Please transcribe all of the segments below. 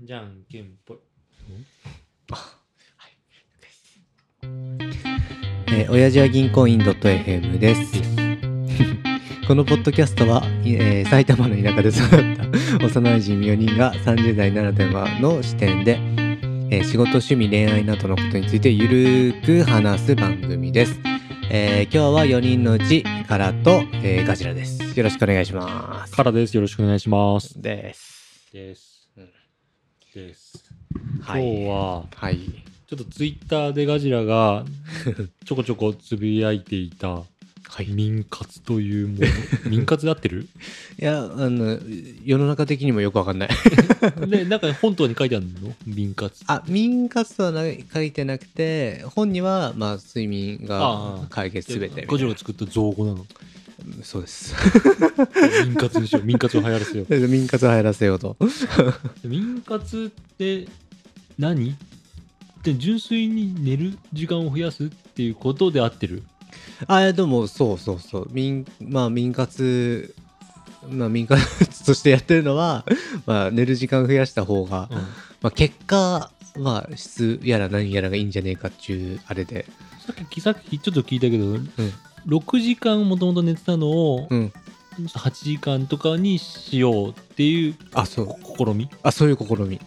じゃんけんぽい。えー、親父は銀行員 .fm です。このポッドキャストは、えー埼玉の田舎で育った 幼馴染4人が30代ならではの視点で、えー仕事、趣味、恋愛などのことについてゆるーく話す番組です。えー今日は4人のうち、カラと、えーガジラです。よろしくお願いします。からです。よろしくお願いします。です。ですうん。です。今は日い。は、はい。ちょっとツイッターでガジラ が、ちょこちょこつぶやいていた、はい。い民活というもの。 民活で合ってるや、あの、世の中的にもよくわかんない。で、なんか本当に書いてあるの民活。あ民活とはな書いてなくて本にはまあ睡眠あがあ解決すべてみたガいジなラが作った造語なの。そうです民活にしよう。民活を流行らせよう。 民活を入らせようと 民活って何、って純粋に寝る時間を増やすっていうことで合ってる。 あいやでもそうそうそう民まあ民活まあ民活としてやってるのはまあ寝る時間を増やした方が、うんまあ、結果まあ質やら何やらがいいんじゃねえかっちゅうあれでさっき、さっきちょっと聞いたけど、うん6時間もともと寝てたのを、うん8時間とかにしようっていうあそう試みあそういう試み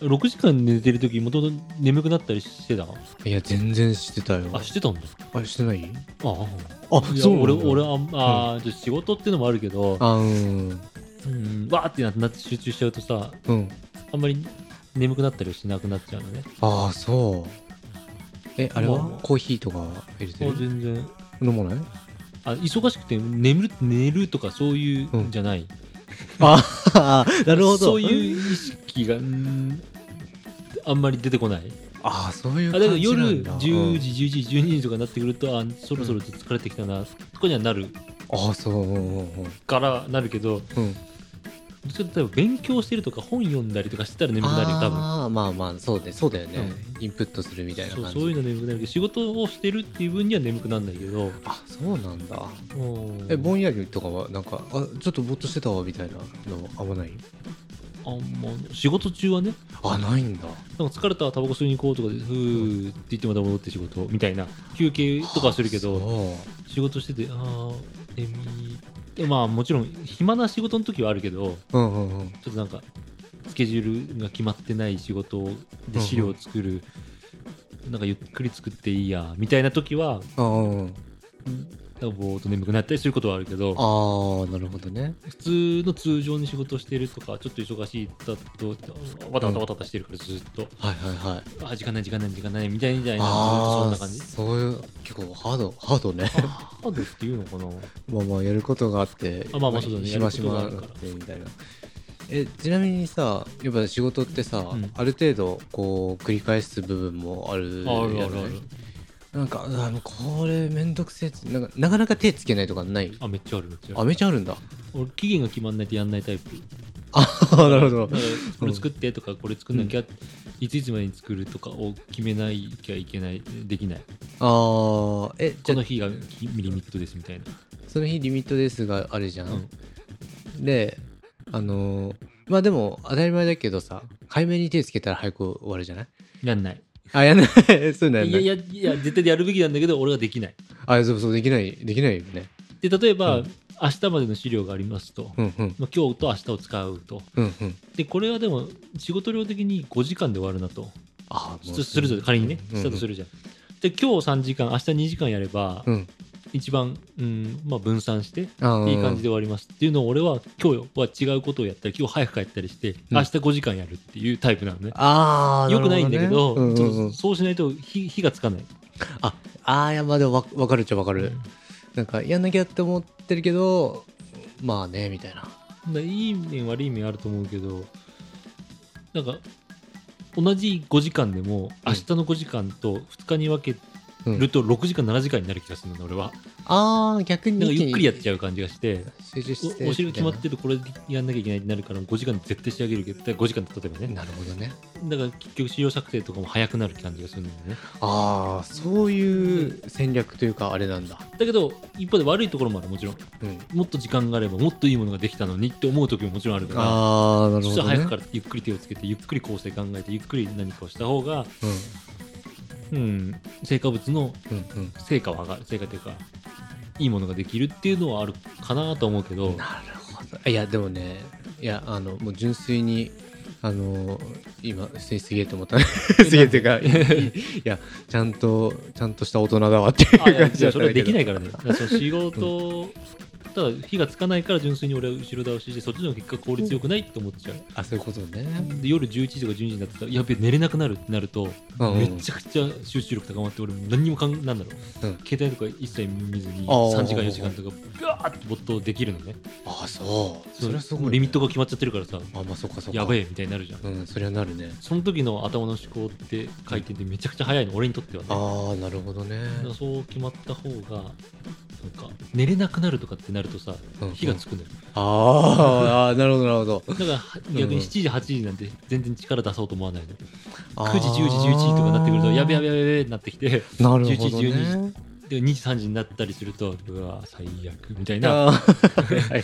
6時間寝てる時もともと眠くなったりしてたいや全然してたよあしてたんだあしてないあああいやそうなん俺だ俺はあ、ー仕事ってのもあるけどあうんうんわーってななって集中しちゃうとさうんあんまり眠くなったりしなくなっちゃうのねああそうえあれは、まあコーヒーとかは入れてもうる全然飲まないあ忙しくて眠る寝るとかそういうんじゃない、ああ なるほどそうういう意識がうんあんまり出てこないああそういうあ感だじからな夜んだ10時、11時、12時とかになってくると、あそろそろちょっと疲れてきたな、とかにはなるうんああそううんうんうんからなるけど、うんちょっと例えば勉強してるとか、本読んだりとかしてたら眠くなるよ、多分。ああまあまあそうでそうだよね、インプットするみたいなそう感じそういうの眠くなるけど、仕事をしてるっていう分には眠くならないけど、あそうなんだうんえぼんやりとかはなんかあちょっとぼーっとしてたわみたいなの合わないあんま仕事中はね、あないんだなんか疲れたらタバコ吸いに行こうとかで、ふーって言ってまた戻って仕事みたいな、休憩とかはするけど、そう仕事してて、あー、眠いで。まあもちろん、暇な仕事の時はあるけど、うんうんうんちょっとなんかスケジュールが決まってない仕事で資料を作る、なんかゆっくり作っていいやみたいな時はああうんなんかぼーっと眠くなったりすることはあるけどああなるほどね普通の通常に仕事してるとかちょっと忙しいだとわたわたわたわたしてるからずっと、はいはいはいあ時間ない時間ない時間ないみたいなみたいなずっとそんあなあ感じそういう結構ハードハー ドねハードっていうのかなまあまあやることがあってあまあまあそうだねしましまあやっることがあるからてみたいなえちなみにさやっぱ仕事ってさ、うんある程度こう繰り返す部分もあるああるじあゃるなあいるなんかあのこれめんどくせえっつなんかなかなか手つけないとかないあめっちゃあるめっちゃああるめちゃあるんだ俺期限が決まんないとやんないタイプあなるほどだからこれ作ってとかこれ作んなきゃ、いついつまでに作るとかを決めなきゃいけないできないああえこじゃのあ日がきリミットですみたいな、その日リミットですがあるじゃうんん、であのーまあでも当たり前だけどさ早めに手つけたら早く終わるじゃないやんないあやんない そうなんいだやいやいや絶対やるべきなんだけど俺はできないあそうそうできないできないよねで例えば、う明日までの資料がありますと、うんうんまあ、今日と明日を使うとうんうんでこれはでも仕事量的に5時間で終わるなとああもうすすると仮にねうんしたとするじゃん、で今日3時間明日2時間やれば、うん一番、うんまあ、分散してああいい感じで終わりますっていうのを俺は今日は違うことをやったり今日早く帰ったりしてん明日5時間やるっていうタイプなのね、ああよくないんだけどうんうちょっんうとん、そうしないと火火がつかないああーいやまあでもわわかるっちゃわかる、なんかやんなきゃって思ってるけどまあねみたいなだいい面悪い面あると思うけどなんか同じ5時間でもうん明日の5時間と2日に分けると6時間7時間になる気がするのね俺はああ、逆になんかゆっくりやっ一気ちゃう感じがして、に集中しておお尻決まってるこれやんなきゃいけないってなるから、5時間絶対仕上げるけど、5時間経てばね。なるほどね。だから結局、使用策定とかも早くなる感じがするんだよね。ああ、そういう戦略というか、あれなんだ。だけど、一方で悪いところもある、もちろん。うん。もっと時間があれば、もっといいものができたのにって思う時ももちろんあるから。ああ、なるそほしたど、らね。早くからゆっくり手をつけてゆっくり構成考えてゆっくり何かをした方が、うん、成果物のうんうん成果は上がる成果というかいいものができるっていうのはあるかなと思うけうどん。なるほど。いや、でもね、いや、あの、もう純粋に、あの、今、すすげえと思った。すげえというか、いや、ちゃんと、ちゃんとした大人だわっていうあい や感じじゃあだったそんれだはけでどきないからね。だからその仕事、ただ火がつかないから純粋に俺は後ろ倒しして、そっちの方が結果効率よくないって思っちゃう。あ、そういうことね。で夜11時とか12時になってたら、やべえ、寝れなくなるってなると、うんうんめちゃくちゃ集中力高まって、俺、何にもかん、なんだろう、うん携帯とか一切見ずに、あー3時間、4時間とか、ガーって没頭できるのね。ああ、そう。それはすごい、もうリミットが決まっちゃってるからさ、あ、まあ、そっかそっか。やべえ。えみたいになるじゃん。うん、そりゃなるね。その時の頭の思考って回転ってめちゃくちゃ早いの、俺にとってはね。ああ、なるほどね。だからそう決まった方がなんか寝れなくなるとかってなるとさうんうん火がつくのよ、あーあー、なるほど、なるほど。だからはうん逆に7時8時なんて全然力出そうと思わないの、あー9時10時11時とかになってくるとやべやべやべやべってなってきてでなるほどね。 112時3時になったりするとうわ最悪みたいなだかあー はいはい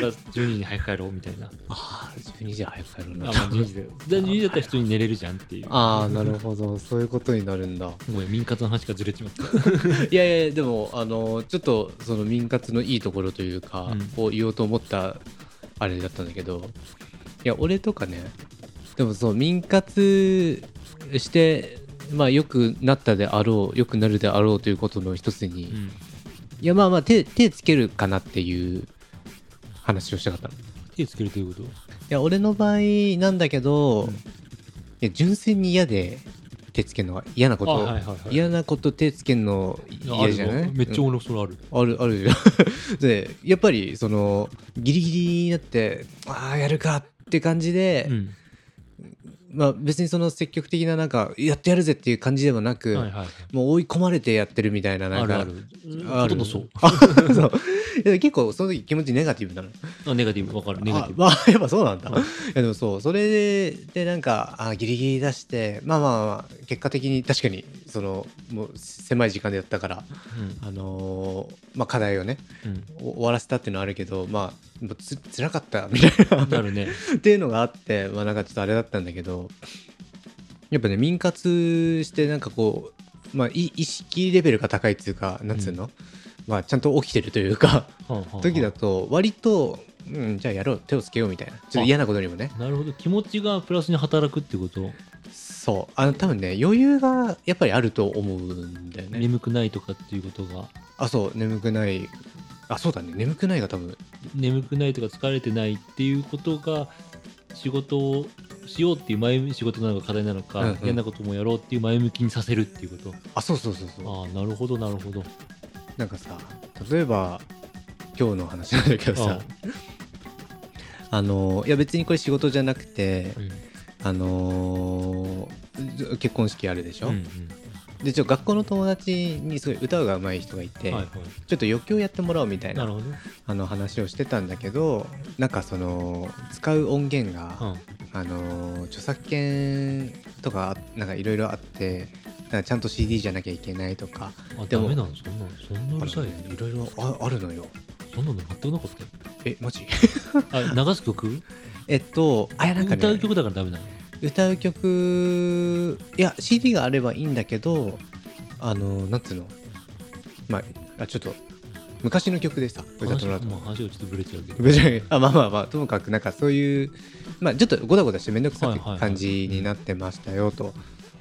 ら12時に早く帰ろうみた いなあー、12時は早く帰るあなまあ。12時だよで12時だったら普通に寝れるじゃんっていうあ あ、なるほど。そういうことになるんだ。ごめん民活の話がずれちまった いやいやいや、でも、あの、ちょっと、その民活のいいところというか、うんこう言おうと思った、あれだったんだけど、いや、俺とかね、でもそう、民活して、まあ、良くなったであろう、良くなるであろうということの一つに、うんいや、まあまあ、手、手つけるかなっていう話をしたかったの。手つけるということいや、俺の場合なんだけど、うんいや純粋に嫌で手つけるのは嫌なこと、あはいはいはい嫌なこと手つけるのあ嫌るじゃないぞめっちゃうん俺もそれある、あるあるじゃん でやっぱりそのギリギリになってああやるかって感じで、うんまあ別にその積極的ななんかやってやるぜっていう感じではなく、はいはいもう追い込まれてやってるみたいななんあるかあるほあとるんどそう そういや結構その時気持ちネガティブなのあネガティブわかるネガティブあま あやっぱそうなんだ、うんいやでもそうそれででなんかあギリギリ出してまあまあ、まあ、結果的に確かにそのもう狭い時間でやったからあのーまあ課題をねうんお終わらせたっていうのはあるけどまあもうつ辛かったみたいな うんなるねっていうのがあってまあなんかちょっとあれだったんだけどやっぱね民活してなんかこうまあい意識レベルが高いっていうかなんつうの、まあちゃんと起きてるというか時だと割と、うん、じゃあやろう手をつけようみたいなちょっと嫌なことにもねなるほど気持ちがプラスに働くってこと、そうあの多分ね余裕がやっぱりあると思うんだよね眠くないとかっていうことがあそう眠くないあそうだね眠くないが多分眠くないとか疲れてないっていうことが仕事をしようっていう前向き仕事なのか課題なのか、うんうん嫌なこともやろうっていう前向きにさせるっていうことあそうそうそうそうああなるほどなるほどなんかさ例えば今日の話なんだけどさあのいや別にこれ仕事じゃなくてうんあのー結婚式あるでしょ、うんでちょ学校の友達にすごい歌が上手い人がいて、うんはいはちょっと余興やってもらおうみたいいななるほど、あの話をしてたんだけどなんかその使う音源うが、ん、あの著作権とかなんかいろいろあってなんかちゃんと CD じゃなきゃいけないとかあでダもメなのそんなのそんなうるさいいろいろああるのよそんなの全くなかったよえマ ジあ流す曲えっとあいやなんか、ね、歌う曲だからダメなの歌う曲いや CD があればいいんだけどあのなんつうのまああちょっと昔の曲でさ歌ってもらうと話話がちょっとぶれちゃうけど別にあまあまあまあともかくなんかそういうまあちょっとごだごだしてめんどくさはいいはいはい感じになってましたよと、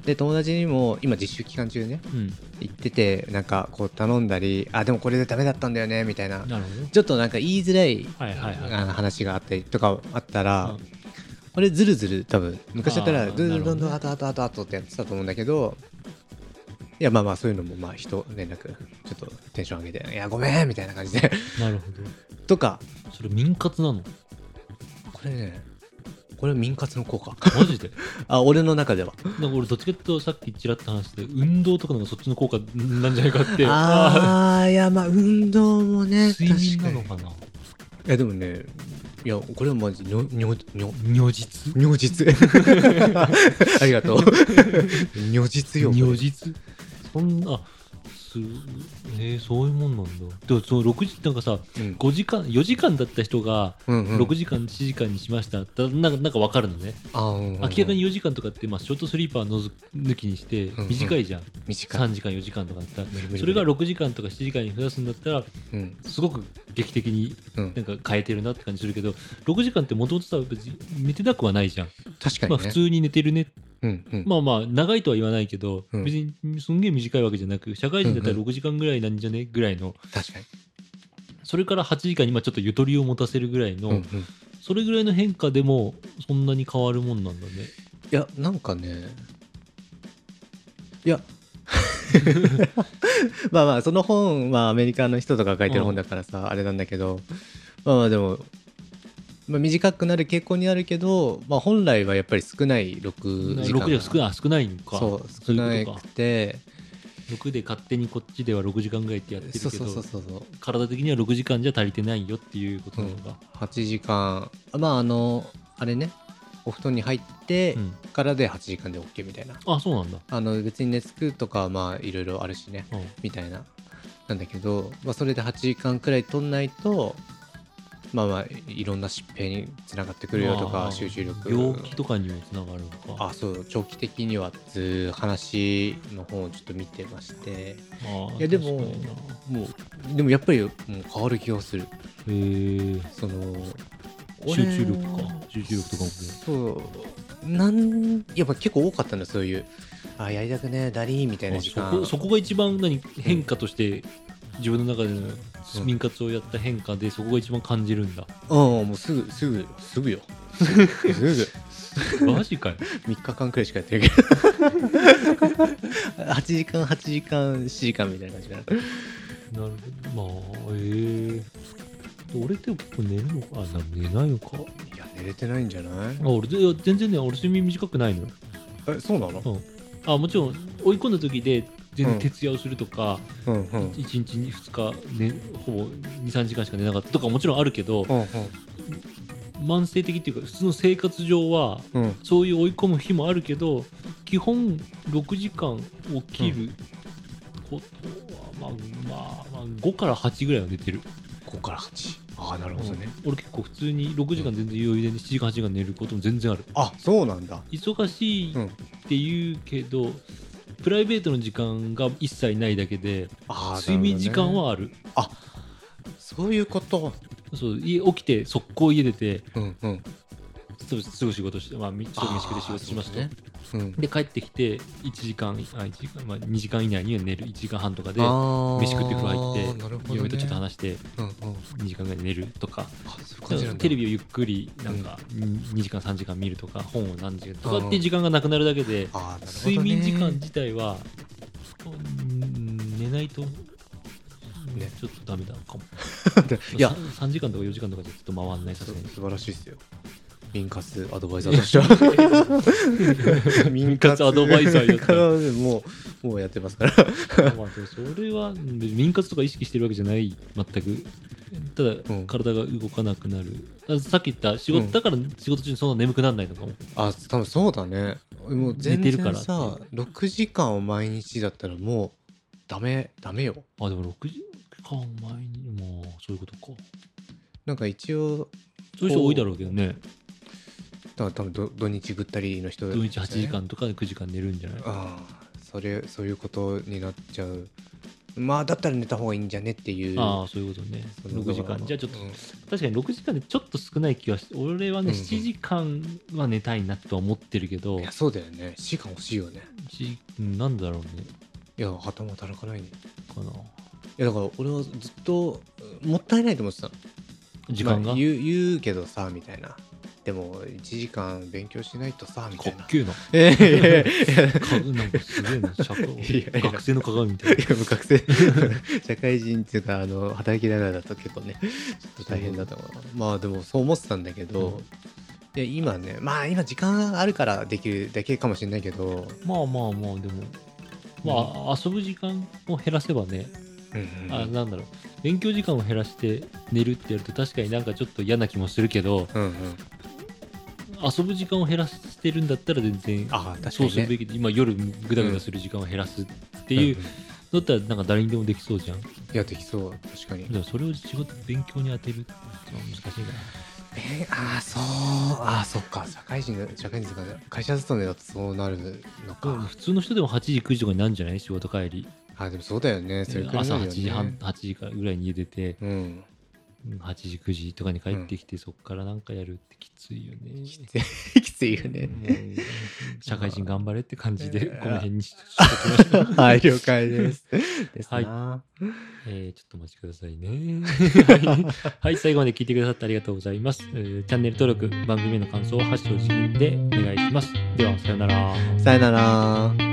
で友達にも今実習期間中ねうん行っててなんかこう頼んだりあでもこれでダメだったんだよねみたいななるほどちょっとなんか言いづらいはいはいはいあの話があったりとかあったら、うんこれずるずる多分昔だったあらーずるずるなるどほどんねどんあとあとあとあとってやってたと思うんだけどいやまあまあそういうのもまあ人連絡ちょっとテンション上げて「いやごめん」みたいな感じでなるほどとかそれ民活なのこれねこれは民活の効果マジであ俺の中ではなんか俺どっちかっていうとさっきちらっと話して運動とかのがそっちの効果なんじゃないかってああいやまあ運動もあーね睡眠なの確かかないやでもねいやこれはマジにょにょにょ如実如実 あり がとう如実よこれ如実そんなあすえー、そういうもんなんだでもその6時なんかさうん5時間4時間だった人がうんうん6時間7時間にしましただなんかなんか分かるのねあーうんうんうん明らかに4時間とかって、まあ、ショートスリーパーのず抜きにしてんうん短いじゃん、短い3時間4時間とかだったら無理無理それが6時間とか7時間に増やすんだったらうんすごく劇的にうんなんか変えてるなって感じするけど6時間ってもともとさ別に寝てなくはないじゃん、確かにまねあ普通に寝てるねうんうんまあまあ長いとは言わないけど、うん別にすんげえ短いわけじゃなく社会人だったらうん6時間ぐらいなんじゃねぐらいの確かにそれから8時間にまあちょっとゆとりを持たせるぐらいの、うんうんそれぐらいの変化でもそんなに変わるもんなんだねいやなんかねいや まあまあその本はアメリカの人とかが書いてる本だからさ、あれなんだけどまあまあでも、まあ、短くなる傾向にあるけど、まあ、本来はやっぱり少ない6 6時時間間少ないあ少ないんかそうそ少うないうことくかて6で勝手にこっちでは6時間ぐらいってやってるけそどうそうそうそうそう体的には6時間じゃ足りてないよっていうことなのか、 8時間まああのあれねお布団に入ってうんからで8時間で OK みたいな、あそうなんだ、あの別に寝つくとかはまあいろいろあるしねうんみたいななんだけど、まあ、それで8時間くらい取んないとまあまあいろんな疾病につながってくるよとまかあ集中力病気とかにもつながるのかあそう長期的にはっていう話の本をちょっと見てましてあいやでも確かになもうでもやっぱりもう変わる気がするへえその集中力か集中力とかもねそうなんやっぱ結構多かったんだそういうあやりたくねえダリーみたいなあ時そ間こそこが一番何変化として自分の中での民活をやった変化でそこが一番感じる んだ、うんもうすぐすぐすぐよすぐマジかよ3日間くらいしかやってないけ ど8時間8時間7時間みたいな感じかななるほどまあええ俺って結構寝るのかあな寝ないのかいや寝れてないんじゃないあ俺いや全然ね俺睡眠短くないのよえそうなのあもちろん追い込んだ時で全うん然徹夜をするとか、うんうん一1日に2日、ね、ほぼ23時間しか寝なかったとかもちろんあるけど、うん慢性的っていうか普通の生活上はうんうんそういう追い込む日もあるけど基本6時間起きることは、まあまあ、まあ、5から8ぐらいは寝てる5から8ああなるうん俺結構普通に6時間全然余裕で7時間8時間寝ることも全然あるあそうなんだ忙しいうんって言うけど、プライベートの時間が一切ないだけであー睡眠時間はあるそういうことそう家起きて速攻家出てうんうんすぐすぐ仕事して、まあ、みちょっと飯食って仕事しますとあーそうですねで帰ってきて1時間あ一時間、まあ、2時間以内には寝る1時間半とかうでんあー飯食って風呂入ってなるほどね嫁とちょっと話してうんうん2時間ぐらい寝るとかあそういう感じなんだテレビをゆっくりなんか2時間3時間見るとか本を何時間とうんかっていう時間がなくなるだけであーなるほどね睡眠時間自体はうん寝ないと。ねちょっとダメだ かもいや3時間とか4時間とかじゃちょっと回んないさす素がに 晴らしいですよ民活アドバイザーとしては 民活アドバイザーやったからもうもうやってますからまあでもそれはうん民活とか意識してるわけじゃない全くただうん体が動かなくなる、あさっき言った仕うん事だから仕事中にそんな眠くならないのかも、あ多分そうだねもう全寝てるか然らさ6時間を毎日だったらもうダメダメよあでも6時間前にもうそういうことかなんか一応そういう人多いだろうけどねだ多分ど土日ぐったりの人土だよね日8時間とか9時間寝るんじゃないああそれそういうことになっちゃうまあだったら寝た方がいいんじゃねっていうああそういうことねその6時間じゃあちょっと、うん確かに6時間でちょっと少ない気がして俺はうんうねん7時間は寝たいなとは思ってるけど、いやそうだよね時間欲しいよねしうんなんだろうねいや頭働かないねかないやだから俺はずっともったいないと思ってたの時間まが、あ言う言うけどさみたいなでも1時間勉強しないとさみた滑いな稽なえ えいやいやいやか なんかすげえな、社会いやいや学生の鏡みたいいや無学 生社会人っていうかあの働きながらだと結構ねちょっと大変だと思うまあでもそう思ってたんだけど、で今ねまあ今時間あるからできるだけかもしれないけど、まあまあまあ、でも、まあ、遊ぶ時間を減らせばね、うんうんあなんだろう、勉強時間を減らして寝るってやると、確かになんかちょっと嫌な気もするけど、うんうん、遊ぶ時間を減らしてるんだったら、全然、あ確かにねそうするべきで、今、夜、ぐだぐだする時間を減らすっていう、うんうんだったら、なんか誰にでもできそうじゃん。いやできそう確かにでも、それを仕事、勉強に当てるってのは難しいかな。えああそうああそっか社会人だ社会人とか会社勤めだとそうなるのか、普通の人でも8時、9時とかになるんじゃない仕事帰り。あでもそうだよねそれくらいだ朝よね8時半、8時からぐらいに家出て、 うんうん8時9時とかに帰ってきて、そっからなんかやるってきついよね。きついきついよねもう社会人頑張れって感じで、まあこの辺にししときまし ょう。 はい了解ですですなはいあえーちょっとお待ちください ね。はいはい、最後まで聞いてくださってありがとうございます。えーチャンネル登録、番組への感想は、ハッシュをでお願いします。では、さようなら。さよなら